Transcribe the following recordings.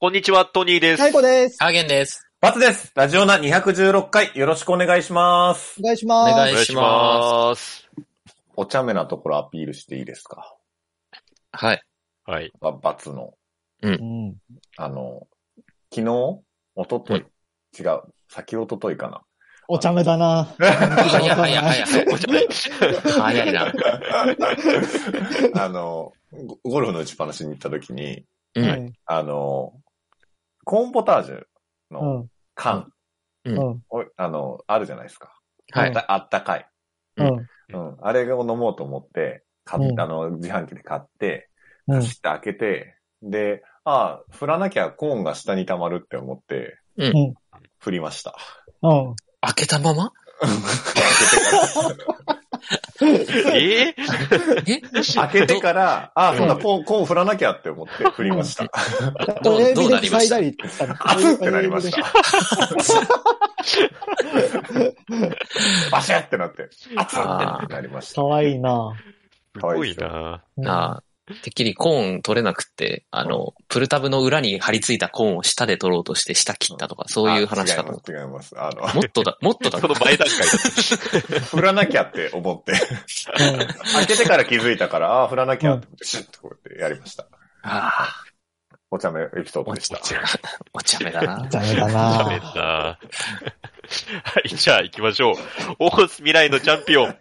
こんにちは、トニーです。太鼓です。ハーゲンです。バツです。ラジオナ216回、よろしくお願いします。お願いします。お願おい願いします。お茶目なところアピールしていいですかはい。はい。ばバツの。うん。あの、昨日おととい、違う。先おとといかお茶目だな。早い早い早い早い。お茶目。早いな。な。あの、ゴゴルフの打ちっぱなしに行った時に、うう。んん。あの、コーンポタージュうのん。缶、う。うんおいあの、あるじゃないですか。はあっい。たあったかい。うん。うん。あれを飲もうと思って、買っうんあの、自販機で買って、うん。走って開けて、で、ああ、振らなきゃコーンが下に溜まるって思って、うん振りま した。うん。開けたまま ええ開けてから、ああ、そうだ、うんコーン、コーン振らなきゃって思って振りました。どう親ど指うなでりま塞いしただりってしたの熱ってなりま した。バシャってなって、熱ってなりましかわいいな。すごいなうんなあ。てっきりコーン取れなくって、あの、プルタブの裏に貼り付いたコーンを下で取ろうとして下切ったとか、た。そういう話かとあ思っ違います、違います。あた。もっとだ、もっとだそ。の前段階だった。の、振らなきゃって思って、開けてから気づいたから、ああ、振らなきゃって思って、シュッとこうやってやりました。ああ、お茶目エピソードでした。お茶目だおな。茶目だダメな。だ なはい、じゃあ行きましょう。オース未来のチャンピオン。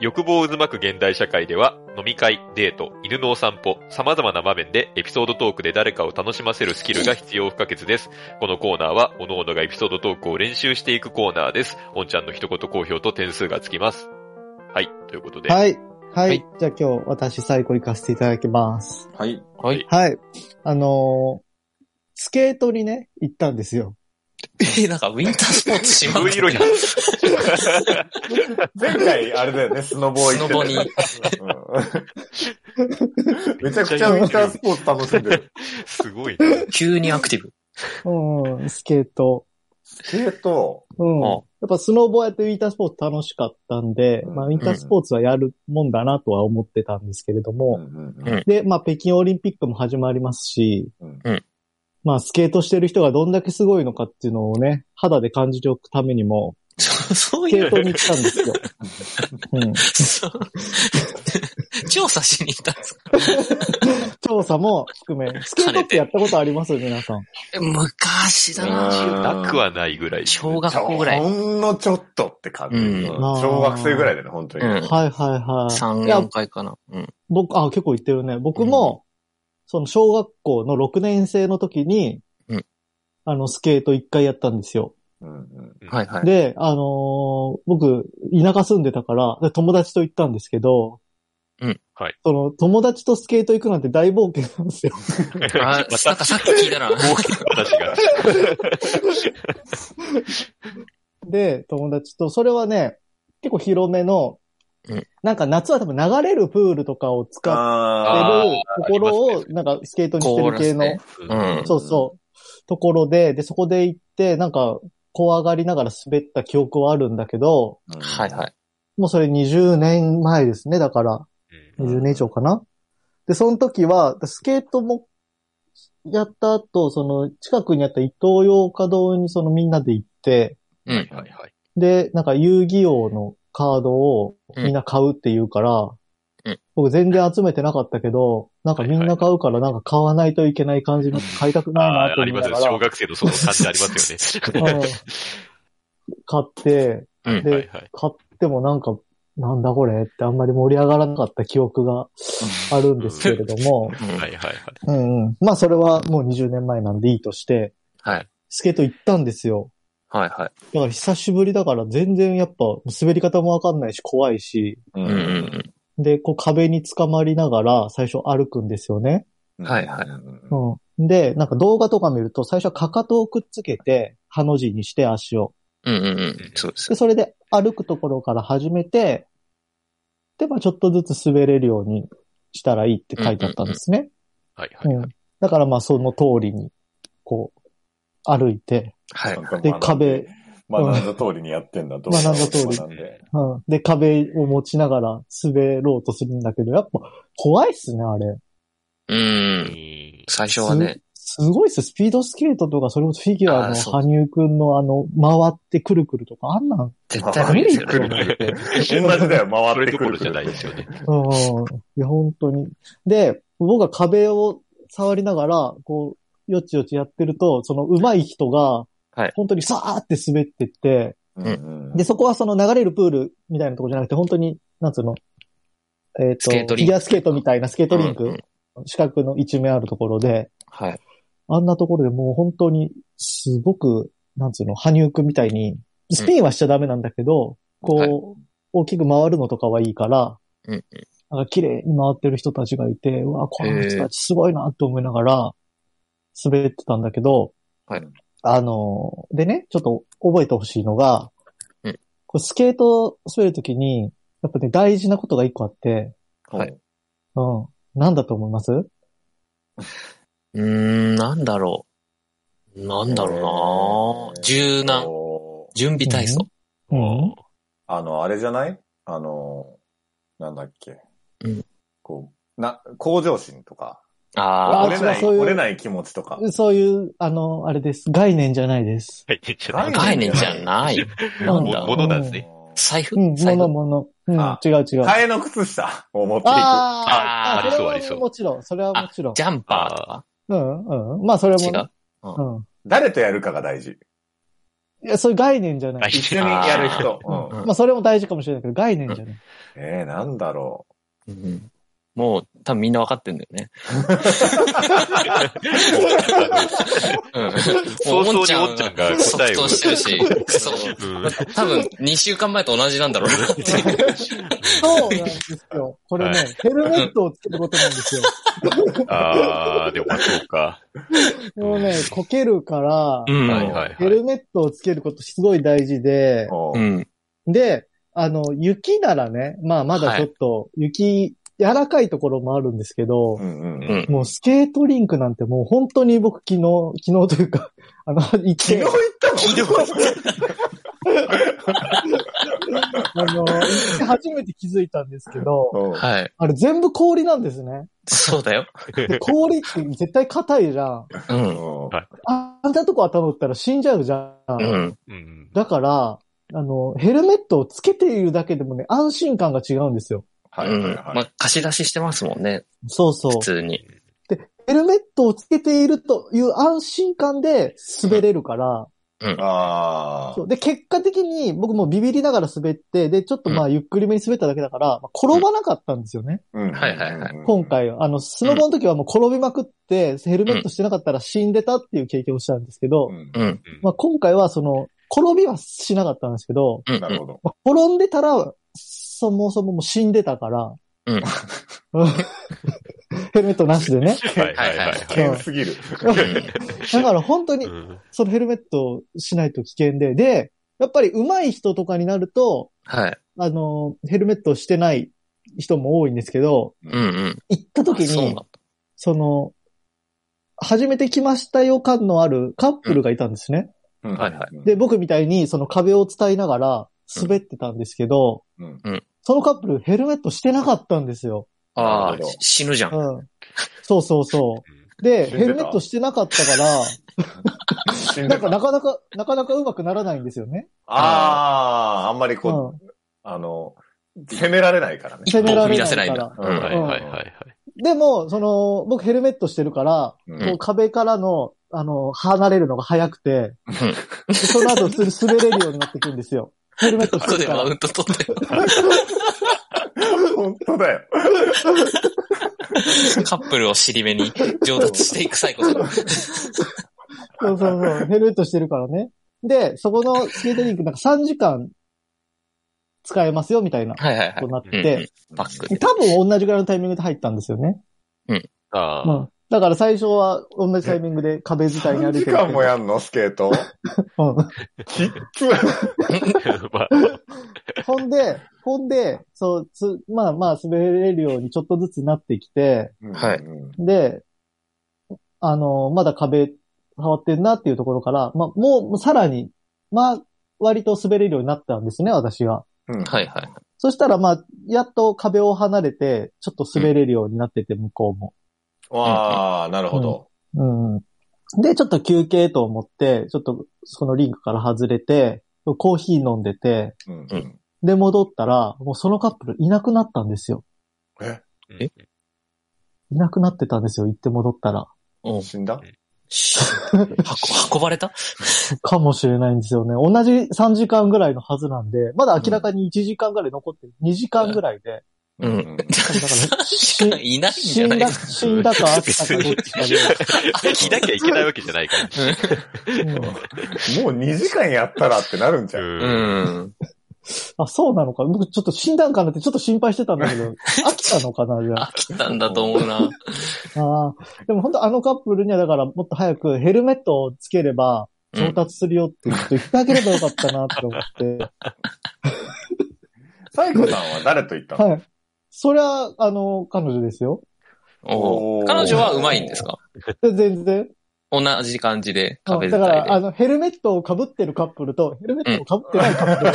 欲望を渦巻く現代社会では、飲み会、デート、犬のお散歩、様々な場面でエピソードトークで誰かを楽しませるスキルが必要不可欠です。このコーナーは、各々がエピソードトークを練習していくコーナーです。おんちゃんの一言好評と点数がつきます。はい、ということで。はい。ははいい。じゃあ今日私最後行かせていただきます。はい。はい。はい。あのー、スケートにね、行ったんですよ。え、なんかウィンタースポーツしまブっー色にた。前回、あれだよね、スノボー行ってたよねうんめちゃくちゃウィンタースポーツ楽しんでる。 すごいな。急にアクティブ。 うん。スケート。スケート、うん。あやっぱスノーボーやってウィンタースポーツ楽しかったんで、うんまあウィンタースポーツはやるもんだなとは思ってたんですけれども、うんで、まあ北京オリンピックも始まりますし、うんうんまあスケートしてる人がどんだけすごいのかっていうのをね、肌で感じておくためにも、そうそうスいケーう、トに行ったんですよ。うん、そう 調査しに行ったんですか調査も含め、スケートってやったことあります皆さん。え昔だうんな。なくはないぐらい。小学校ぐらい。ほんのちょっとって感じ。うん小学生ぐらいだね、本当に。うんはいはいはい。 3、いや4、回かな。うん。僕、あ、結構行ってるね。僕も、その小学校の6年生の時に、うんあの、スケート1回やったんですよ。うんうんうんはいはい。で、あのー僕、田舎住んでたから、で友達と行ったんですけど、うんはい。その、友達とスケート行くなんて大冒険なんですよ。あ、まなんたかさっき聞いた ら、大きな話が。で、友達と、それはね、結構広めの、うんなんか夏は多分流れるプールとかを使っあーてるところありをま、すなんかスケートにしてる系の、凍らせううんそうそう、ところで、で、そこで行って、なんか、怖がりながら滑った記憶はあるんだけど、ーはいはい。もうそれ20年前ですね、だから。20年以上かな。で、その時は、スケートもやった後、その近くにあった伊東洋華堂にそのみんなで行って、うん。はいはい。で、なんか遊戯王のカードをみんな買うって言うから、うん僕全然集めてなかったけど、なんかみんな買うからなんか買わないといけない感じの買いたくあないなあ、とあ思りいまなすがよら、小学生のその感じありますよね。うん買って、うんで、はいはい。買ってもなんか、なんだこれってあんまり盛り上がらなかった記憶があるんですけれど も、うんはいはいはい。うんうん。まあそれはもう20年前なんでいいとして、はい。スケート行ったんですよ。はいはい。だから久しぶりだから全然やっぱ滑り方もわかんないし怖いし、ううんうんで、こう壁に捕まりながら最初歩くんですよね。うんはいはいうん。で、なんか動画とか見ると最初はかかとをくっつけて、ハの字にして足を。うん。うんうんうん。そうですで、。それで歩くところから始めて、で、まあちょっとずつ滑れるようにしたらいいって書いてあったんですね。はいはういん。だからまあその通りに、こう、歩いて、はい。で、壁、学んだ通りにやってんだと。学んだ通り学んで。うん。で、壁を持ちながら滑ろうとするんだけど、やっぱ怖いっすね、あれ。うん。最初はね。すごいっす。スピードスケートとか、それこそフィギュアあーのそう羽生くんのあの、回ってくるくるとか、あんなん。絶対無理ですよ ね。同じだよ、そ回っれてどくころる。じゃないですよね。うん。いや、本当に。で、僕が壁を触りながら、こう、よちよちやってると、その上手い人がはい、本当にさーって滑ってって、うんうんで、そこはその流れるプールみたいなとこじゃなくて、本当に、なんつうの、えっ、と、スケートフィリンクギュアスケートみたいなスケートリンク、うんうん四角の一面あるところで、はい。あんなところでもう本当に、すごく、なんつうの、羽生くんみたいに、スピンはしちゃダメなんだけど、はいこう、大きく回るのとかはいいから、うんうんなんか綺麗に回ってる人たちがいて、うわ、この人たちすごいなって思いながら、滑ってたんだけど、はいあの、でね、ちょっと覚えてほしいのが、うんこうスケート滑るときに、やっぱね、大事なことが一個あって、はい。うん。なんだと思いますうーん、なんだろう。なんだろうな柔軟。おー準備体操。うん。あの、あれじゃないあの、なんだっけ。うんこう、な、向上心とか。あー折れな違うい、そういう折れない気持ちとか。そういう、あの、あれです。概念じゃないです。はい、じゃあ、ない概念じゃない。ななんんだだものなんですね。財布うん、財もの布もの。うん、あ違う違う。替えの靴下を持っていく。あああそれーりそうありそはうもちろん、それはもちろんジ。ャンパーとかうん、うん。まあ、それ違もね、う。うん。誰とやるかが大事。いや、そういう概念じゃない。一緒にやる人。あーうんまあ、それも大事かもしれないけど、概念じゃない。えー、なんだろうんもう、多分みんなわかってんだよね。 うん。早々におっちゃんが答えを即答してるし、そう。うん多分、2週間前と同じなんだろうなっていう。そうなんですよ。これね、はヘルメットをつけることなんですよ。あー、でもそうか。もうね、こけるから、うんはいはいヘはい。ルメットをつけることすごい大事でう。、おうーん。で、あの、雪ならね、まあ、まだちょっと、雪、柔らかいところもあるんですけど、うんうんうんもうスケートリンクなんてもう本当に僕昨日、昨日というか、 あの、行っ昨日て行っ、あの、行って初めて気づいたんですけどた、のうんはい。あれ全部氷なんですね。そうだよ。で氷って絶対硬いじゃん。うん。うんあんなとこ頭打ったら死んじゃうじゃん。うん。うんだから、あの、ヘルメットをつけているだけでもね、安心感が違うんですよ。はいうんはいまはい。あ、貸し出ししてますもんね。そうそう普。通に。ヘルメットをつけているという安心感で滑れるから、あそう。で、結果的に僕もうビビりながら滑って、で、ちょっとまあゆっくりめに滑っただけだから、まあ、転ばなかったんですよね。あ。。はいはいはい今。回、あの、スノボの時はもう転びまくって、ヘルメットしてなかったら死んでたっていう経験をしたんですけど、うんうん。まあ今回はその、転びはしなかったんですけど、うん。なるほど。まあ転んでたら、そもそももう死んでたから、 うんヘルメットなしでね。はいはいはいはい。危険すぎる。だから本当にうんそのヘルメットしないと危険で、で、やっぱり上手い人とかになると、はい。あの、ヘルメットしてない人も多いんですけど、うんうん。行った時あそうなんにだ、。その、初めて来ましたよ感のあるカップルがいたんですね。うんはいはで、、僕みたいにその壁を伝えながら滑ってたんですけど、うんそのカップルヘルメットしてなかったんですよ。あなるあほど、死ぬじゃん。うん。そうそうそう。で、死んでヘたルメットしてなかったから、死んなでんかたなかなか、なかなかうまくならないんですよね。ああ、あんまりうこん。う、あの、責められないからね。一攻歩めら踏れみない出せかないんらだ。。ううはんいん。はいはいはい。でも、その、僕ヘルメットしてるから、うんこう壁からの、あの、離れるのが早くて、でその後す滑れるようになっていくんですよ。ヘルメットし後てでるかマらウ。ント取って、本当だよ。カップルを尻目に上達していく最後だ。そうそうそう。ヘルメットしてるからね。で、そこのスケートリンクなんか3時間使えますよみたいなこはいはいはといになって、うんうんバックで。多分同じぐらいのタイミングで入ったんですよね。あうーん。だから最初は同じタイミングで壁伝いに歩3いてる時けど。間もやんのスケート。うんきっつ。まあほんで、ほんで、そう、つ、まあまあ滑れるようにちょっとずつなってきて、はいうんで、あの、まだ壁触ってんなっていうところから、まあ、もう、もうさらに、まあ、割と滑れるようになったんですね、私が。うん。はいはい。そしたら、まあ、やっと壁を離れて、ちょっと滑れるようになってて、向こうも。わあ、なるほど。うん。で、ちょっと休憩と思って、ちょっとそのリンクから外れて、コーヒー飲んでて、うん。うで、戻ったら、もうそのカップルいなくなったんですよ。え、うんえいなくなってたんですよ、行って戻ったら。おう死んだし運運ばれたかもしれないんですよね。同じ3時間ぐらいのはずなんで、まだ明らかに1時間ぐらい残ってる。2時間ぐらいで。う。うんん。から確かにいないんじ死ゃんないだ、ですか。死んだかあったかどっちか で。着なきゃいけないわけじゃないから。うんもう2時間やったらってなるん じゃん。うん。うん。あ、そうなのか。僕ちょっと死んだんかなってちょっと心配してたんだけど、飽きたのかな、じゃあ。飽きたんだと思うな。ああ、でも本当あのカップルにはだからもっと早くヘルメットをつければ上達するよって言って言ってあげればよかったなって思って。サイコさんは誰と行ったのはい。そりゃ、あの、彼女ですよ。 おおうー彼女は上手いんですかで全然。同じ感じで、あ壁だ伝かいら、あで。の、ヘルメットを被ってるカップルと、ヘルメットを被ってないカップル。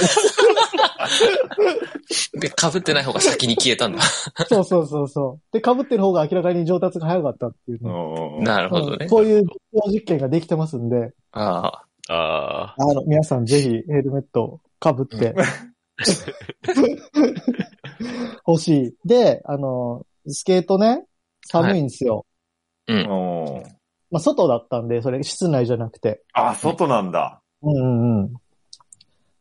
で、被ってない方が先に消えたんだ。そうそうそうそう。で、被ってる方が明らかに上達が早かったっていうね、う んなるほどね。こういう実証実験ができてますんで、ああ。ああ。あの、皆さんぜひヘルメットを被って、欲しい。で、あの、スケートね、寒いんですよ。うんまあ、外だったんで、それ室内じゃなくて。あ、外なんだ。うんうんうん。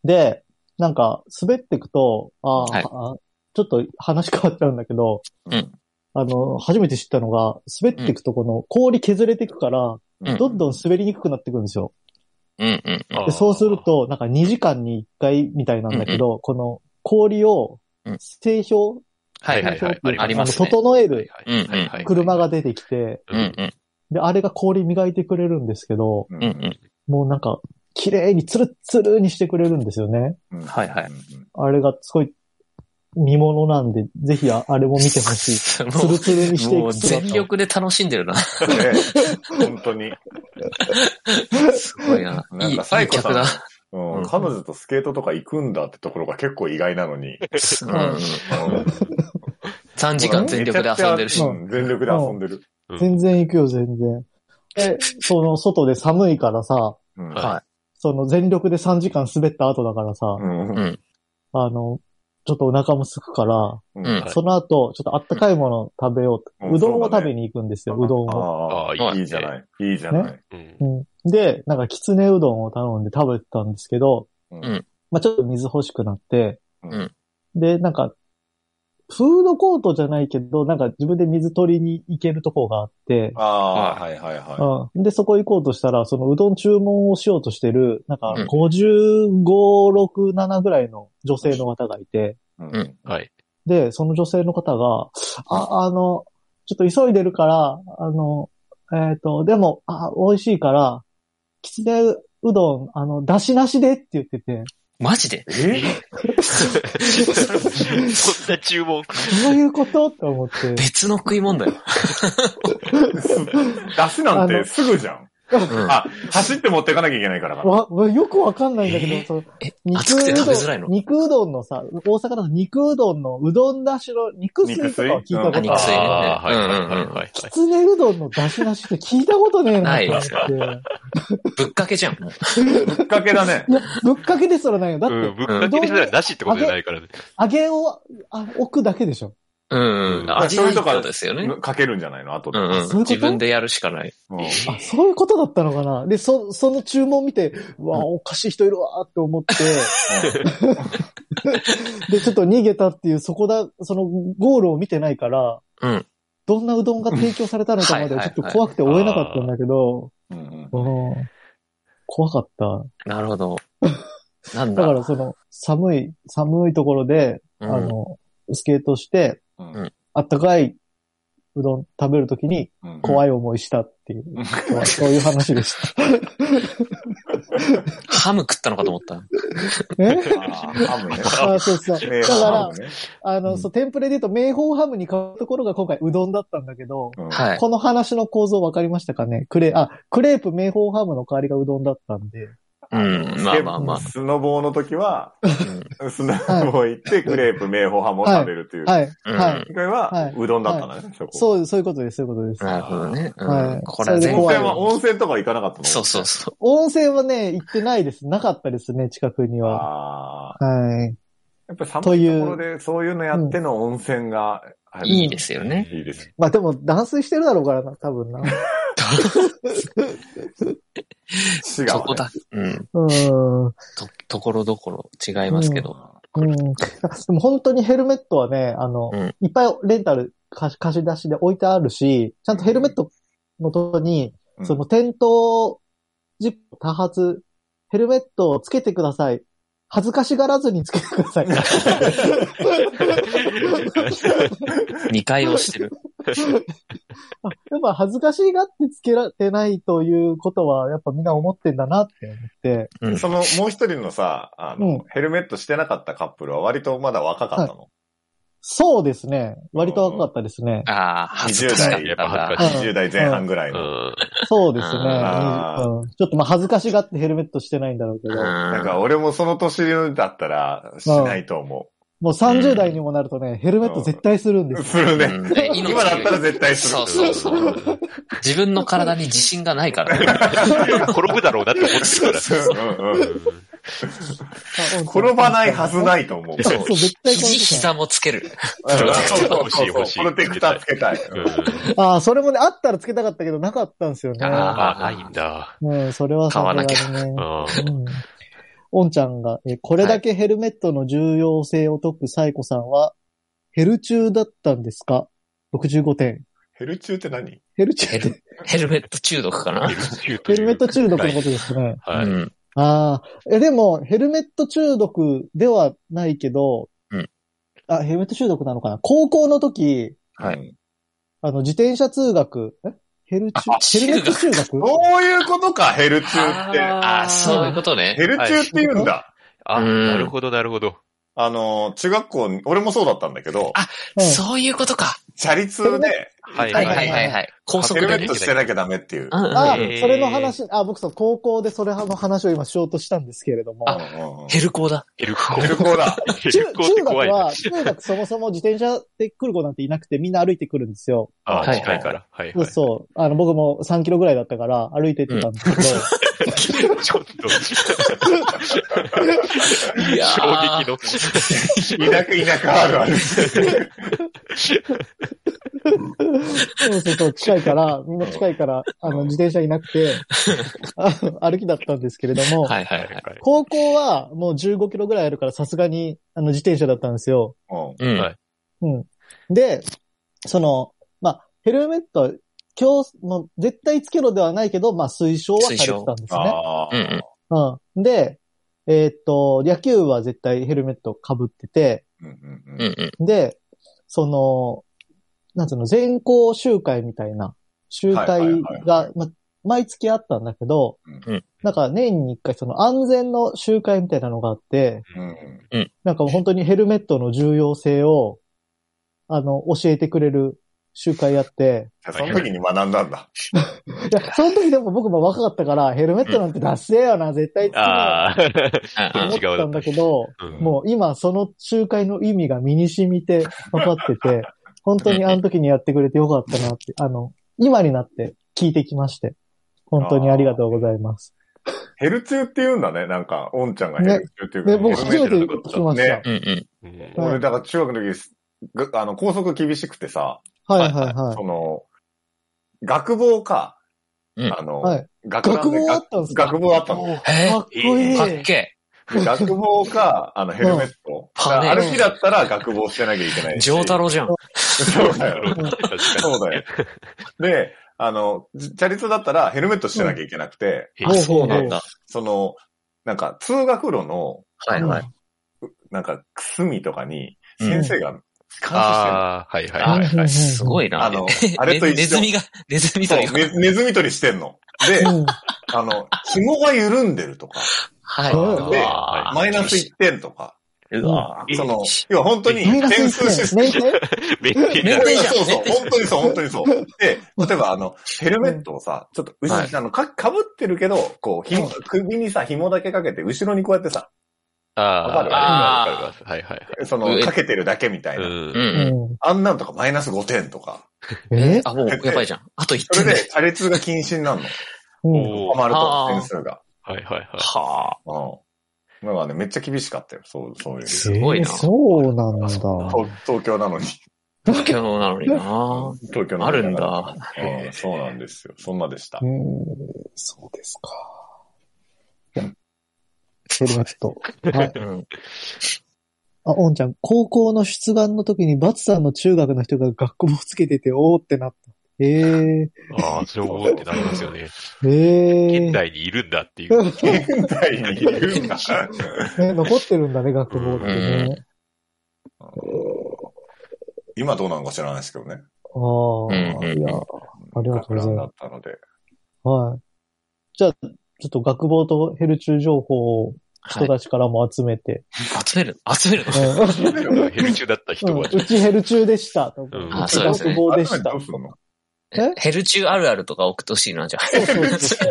で、なんか、滑ってくと、あー、はいあちょっと話変わっちゃうんだけど、うんあの、初めて知ったのが、滑っていくとこの氷削れていくから、うんどんどん滑りにくくなっていくんですよ。うんうんうん。でそうすると、なんか2時間に1回みたいなんだけど、この氷をうん、製氷、はいはいはい。ありますあのね。整えるはいはいはいはい車が出てきて、うんうん。で、あれが氷磨いてくれるんですけど、ううんうん。もうなんか、綺麗にツルッツルにしてくれるんですよね。うんはいはいうんあれがすごい見物なんで、ぜひああれも見てほしい。ツいルツルにしてい もうく姿全力で楽しんでるな。ね 本当に。すごいな。なんかいい、いいサイコさ客だ。うんうん彼女とスケートとか行くんだってところが結構意外なのに。うん。3時間全力で遊んでるしう。ん全力で遊んでる。うん全然行くよ、全然。で、その外で寒いからさ、うんはその全力で3時間滑った後だからさ、うんうんあの、ちょっとお腹も空くから、ううんんその後、ちょっとあったかいもの食べようと。うんうどんを食べに行くんですよ、うどんを。あああ、あ、いいじゃい。ない。いいじゃない。うんうんで、なんかきつねうどんを頼んで食べてたんですけど、うんまあ、ちょっと水欲しくなって、うんで、なんか、フードコートじゃないけど、なんか自分で水取りに行けるとこがあって、ああ、はいはいはうん。で、そこ行こうとしたら、そのうどん注文をしようとしてる、なんかうん55、6、7ぐらいの女性の方がいて、い。うんうんはい。 で、その女性の方が、あ、あの、ちょっと急いでるから、あの、えっ、と、でも、あ、美味しいから、きつねうどん、あの、だしなしでって言ってて、マジでえそんな注文。どういうことって思って。 別の食い物だよ。出しなんてすぐじゃん。うんあ、走って持っていかなきゃいけないからか。わ、わよくわかんないんだけど、その、え肉熱くて食べづらいの肉うどんのさ、大阪だと肉うどんのうどんだしの肉吸いとかは聞いたことある。肉吸いうんあああ、はいはいはいはい。きつねうどんのだしなしって聞いたことねえななとい思っですて。ぶっかけじゃん。もうぶっかけだねい。や、ぶっかけですらないよ。だっうん、ぶて、っかけにしたらなしってことじゃないからね。揚げをあ置くだけでしょ。うん。うん味ないってことですよね。かけるんじゃないの後うで。んあうんそういうこと自分でやるしかない。うんあ、そういうことだったのかな。で、そ、その注文見て、うわ、おかしい人いるわーって思 って、で、ちょっと逃げたっていう、そこだ、そのゴールを見てないから、うん。どんなうどんが提供されたのかまでうんちょっと怖くて追えなかったんだけど、うんうんうん怖かった。なるほ ど。なんだ。だからその寒い、寒いところで、うんあの、スケートして、うんあったかいうどん食べるときにうん怖い思いしたって いう、そうそういう話でした。ハム食ったのかと思った。えあーハムね。あそうそう。えだーからハ、ムねあうの、んそう、テンプレで言うと、明宝ハムに変わるところが今回うどんだったんだけど、うんはい。この話の構造分かりましたかねクレー、あ、クレープ明宝ハムの代わりがうどんだったんで。うん、まあまあまあ。スノボーの時は、うんスノボー行って、クレープ、名宝、ハモを食べるっていう。はい、はうんい。今回は、うどんだったんだね、そこ。そう、そういうことです、そういうことです。なるほどね。うんはいこれはそれ全で温怖い泉は、温泉とか行かなかったのそうそうそ温泉はね、行ってないです。なかったですね、近くには。ああ。はい。やっぱ寒いところで、そういうのやっての温泉が、う。いいですよね。いいです。まあでも、断水してるだろうからな、多 分な。滋賀そはねこだ。うん。うん。うん。と、ところどころ違いますけど。でも 本当にヘルメットはね、あの、うんいっぱいレンタル貸し貸し出しで置いてあるし、ちゃんとヘルメットのとこに、うんその転倒事故多発、ヘルメットをつけてください。恥ずかしがらずにつけてください。二回押してる。やっぱ恥ずかしがってつけられてないということは、やっぱみんな思ってんだなって思って。うん。その、もう一人のさ、あの、うんヘルメットしてなかったカップルは割とまだ若かったの。そうですね。割と若かったですね。ああ、恥ず20かしかっ代、やたっぱ恥ずなかしい。 20代前半ぐらいうの。ん。そうですね。うんあーちょっとまあ恥ずかしがってヘルメットしてないんだろうけどうん。。なんか俺もその年だったらしないと思もう30代にもなるとね、ヘルメット絶対するんでう。す。するね。うん え命今だったら絶対する。そうそうそう。自分の体に自信がないから ね。転ぶだろうなって思ってるから。うんうんうあ転ばないはずないと思 う。そう、そう絶対肘、転ぶ。膝もつける。うんプロテクターそうそうそう欲しい欲しいプロテクターつけたい。んうんああ、それもね、あったらつけたかったけど、なかったんですよね。ああ、ないんだ。うん、それはさすがに買ねう。ん。うん。おんちゃんが、えこれだけヘルメットの重要性を解くサイコさんは、ヘル中だったんですか ?65 点。ヘル中って何。ヘル中ヘル、ヘルメット中毒かな。ヘルメット中毒のはことですね。うい。ん。ああ、え、でも、ヘルメット中毒ではないけど、うんあ、ヘルメット中毒なのかな高校の時、はいあの、自転車通学、えヘル中あ、ヘルメット中学そういうことか、ヘル中って。ああ、そういうことねヘ。ル中って言うんだ。あ、うんなるほど、なるほど。あの、中学校に、俺もそうだったんだけど、うんそういうことか。チャリ通で、はいはいはいはいはい。高速ヘルメでッねト。してなきゃダメっていう。うんうんあ、うん。ーそれの話、あ、僕そう、高校でそれの話を今しようとしたんですけれども、うんうんうんヘルコーだ。ヘルコヘルコーだ。ヘ中、ルコっ中て学怖いなは、。中学そもそも自転車で来る子なんていなくてみんな歩いてくるんですよ。あはー、い近いから。はいそうはい。ちょそう。あの、僕も3キロぐらいだったから歩いてってたんですけど、っと。いや衝ー撃の。田舎、田舎あるある。そうそうそう、近いから、みんな近いから、あうの、ん自転車いなくて、 あ歩きだったんですけれども、はいはいははいい。はい高校はもう15キロぐらいあるからさすがに、あの、自転車だったんですよ。うんうん。はいうん。で、その、まあ、ヘルメット、今日、もう絶対つけろではないけど、まあ、推奨はされてたんですね。あうんうーん。うん。で、えーっと、野球は絶対ヘルメット被ってて、うんうんうんうんうん。で、その、なんつうの、全校集会みたいな、集はいはい会はいが、ま、毎月あったんだけど、うんなんか年に一回その安全の集会みたいなのがあって、うんなんか本当にヘルメットの重要性を、あの、教えてくれる集会やって、その時に学んだんだ。いや、その時でも僕も若かったから、ヘルメットなんて出せよな、絶対つけなああ、あいーと思ったんだけど、うんもう今その集会の意味が身に染みて分かってて、本当にあの時にやってくれてよかったなって、あの、今になって聞いてきまして、本当にありがとうございます。ヘル中って言うんだね。なんか、オンちゃんがヘル中っていうかで、僕初ヘルメめットての聞きました。ねうんうん。うんはい俺、だから中学の時、があの、校則厳しくてさ、はいはいはその、学帽か、うんあの、い。はい。学ランで学帽あったんですか学帽あったの。えかっこいえい。ー、ーかっけえ。で学帽か、あの、ヘルメット。うんだからあね歩きだったら学帽してなきゃいけないし。ジョータロじゃん。そうだよ。確かにそうだよ。で、あの、チャリ通だったらヘルメットしてなきゃいけなくて、えあーそうなんだ。その、なんか、通学路の、はいはい。なんか、くすみとかに、うん先生が監視してるの。ああ、はいはいはいはい。すごいな。あの、あれとネ一ズ緒。ミが、ネズミとそういうかネネズミ取りしてんの。で、うん。あの、紐が緩んでるとか、はい。でうわーマイナス1点とか、うわその、要は本当にマイナス点数シス1テム。年。年めっちゃめっ痛ちいゃいいいやじゃんそうそう、本当にそう、本当にそう。で、例えばあの、ヘルメットをさ、ちょっと後ろ、はいあの、か、被ってるけど、こう、紐、首にさ、紐だけかけて、後ろにこうやってさ、あわかるあ、わかるわかるわ。はいはいその、上かけてるだけみたいはな。い。う。うんんあんなんとかマイナス5点とか。うん。うん。えあ、もうやばいじゃん。あと1そ点れでで、。破裂が禁止にな るの。うんおはーまるとあ、ー点数が。はいはいはい。はあ。うん。なんかね、めっちゃ厳しかったよ。そう、そういう。すごいなえーそうなんだ。東東京なのに。東京なのにな。東京なのに。あるん。だ。うん、そうなんですよ。そんなでしたう。ん、そうですか。いやヘルメット。はい。うん。あ、おんちゃん、高校の出願の時にバツさんの中学の人が学校をつけてて、おーってなった。えああ、それ覚えてなりますよね。ー、え現 ー。代にいるんだっていう。現代にいる んだ。ね、残ってるんだね、学部ってうんね。今どうなのか知らないですけどね。ああ、うんうんいや、ありがとうございます学ランだったので。はい。じゃあ、ちょっと学部とヘル中情報をは人いたちからも集めて。集める集めるのうんヘル中だった人うんは。うちヘル中でした。ううんあそうですね学部でしたどう。すんのえヘル中あるあるとか送ってほしいな、じゃあ。そうそうそう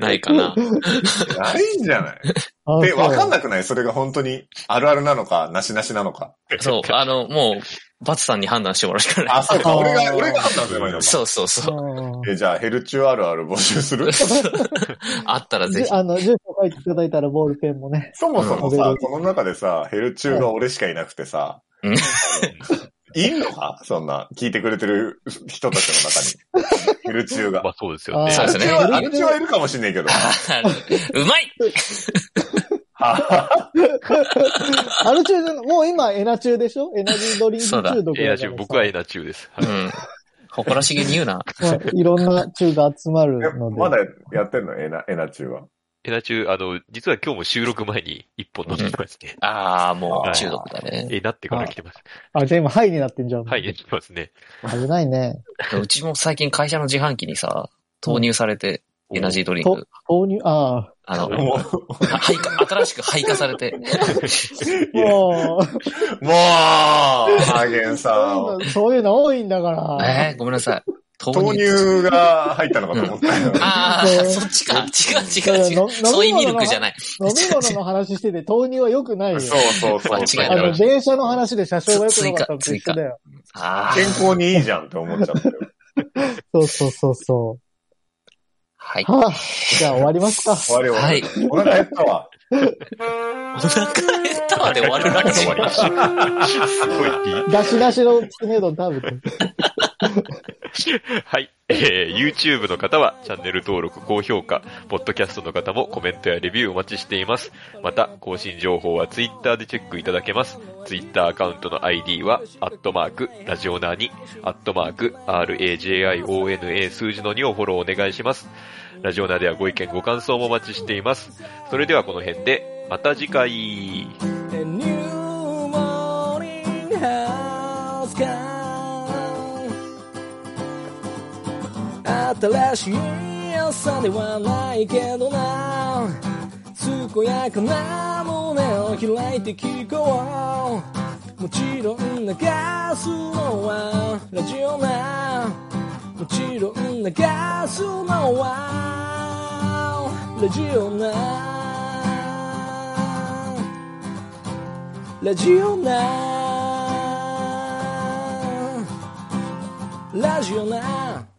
ないかな。ないんじゃないあで、わかんない。なくないそれが本当にあるあるなのか、なしなしなのか。 そう、あの、もう、バツさんに判断してもらうしか ない。あ、そうか、あー俺が、俺が判断すればいいのか。そうそうそう。うえ、じゃあ、ヘルチューあるある募集するあったらんぜじひ。あの、住所書いていただいたらボールペンもね。そもそもさうん、この中でさ、ヘルチューが俺しかいなくてさうん、いんのかそんな、聞いてくれてる人たちの中に。ヘルチューがま。あそうですよね。そうですねヘルチューはヘルチューはいるかもしんねえけど。 うまいアル中の、もう今エナ中でしょエナジードリンク中毒だからエナ中、僕はエナ中です。はういん。誇らしげに言うな。まあいろんな中が集まるえので。まだやってんのエナ、エナチューは。エナ中、あの、実は今日も収録前に一本飲んでますね。ああ、もう中毒だね。え、なってから来てます。あ、じゃあ今ハイになってんじゃん。はい、やってますね。危ないね。うちも最近会社の自販機にさ、投入されて、エナジードリンとク。、購入、ああの、 もは廃化新しく廃化されて。あ。もう、う、もう、ハーゲンさんそういう。のそういうの多いんだから。えー、ごめんなさい。投豆乳が入ったのかと思ったよ。ああ、そうそっちか。違う違う違。そううソイミルクじゃない。飲み物の話してて豆乳は良くないよ。そうそうそう。間違えあたの、電車の話で車掌が良くなかったのと追一加緒だよ。あ健あ。康にいいじゃんって思っちゃったよ。そうそうそうそ。。はいうはあ、じゃあ終わりますか。終わりはい。終わり。お腹減ったわ。お腹減ったわで終わるラジ終わりました。すごいディ出し出しのきつねうどん食べて。はい。えー、YouTube の方はチャンネル登録、高評価、ポッドキャストの方もコメントやレビューお待ちしています。また、更新情報は Twitter でチェックいただけます。Twitter アカウントの ID は、アットマーク、ラジオナーに、アットマーク、RAJIONA 数字の2をフォローお願いします。ラジオナーではご意見、ご感想もお待ちしています。それではこの辺で、また次回。 A new morning has come 新しい朝ではないけどな健やかな胸を開いて聞こうもちろん流すのはラジオなもちろん流すのはラジオなラジオなラジオな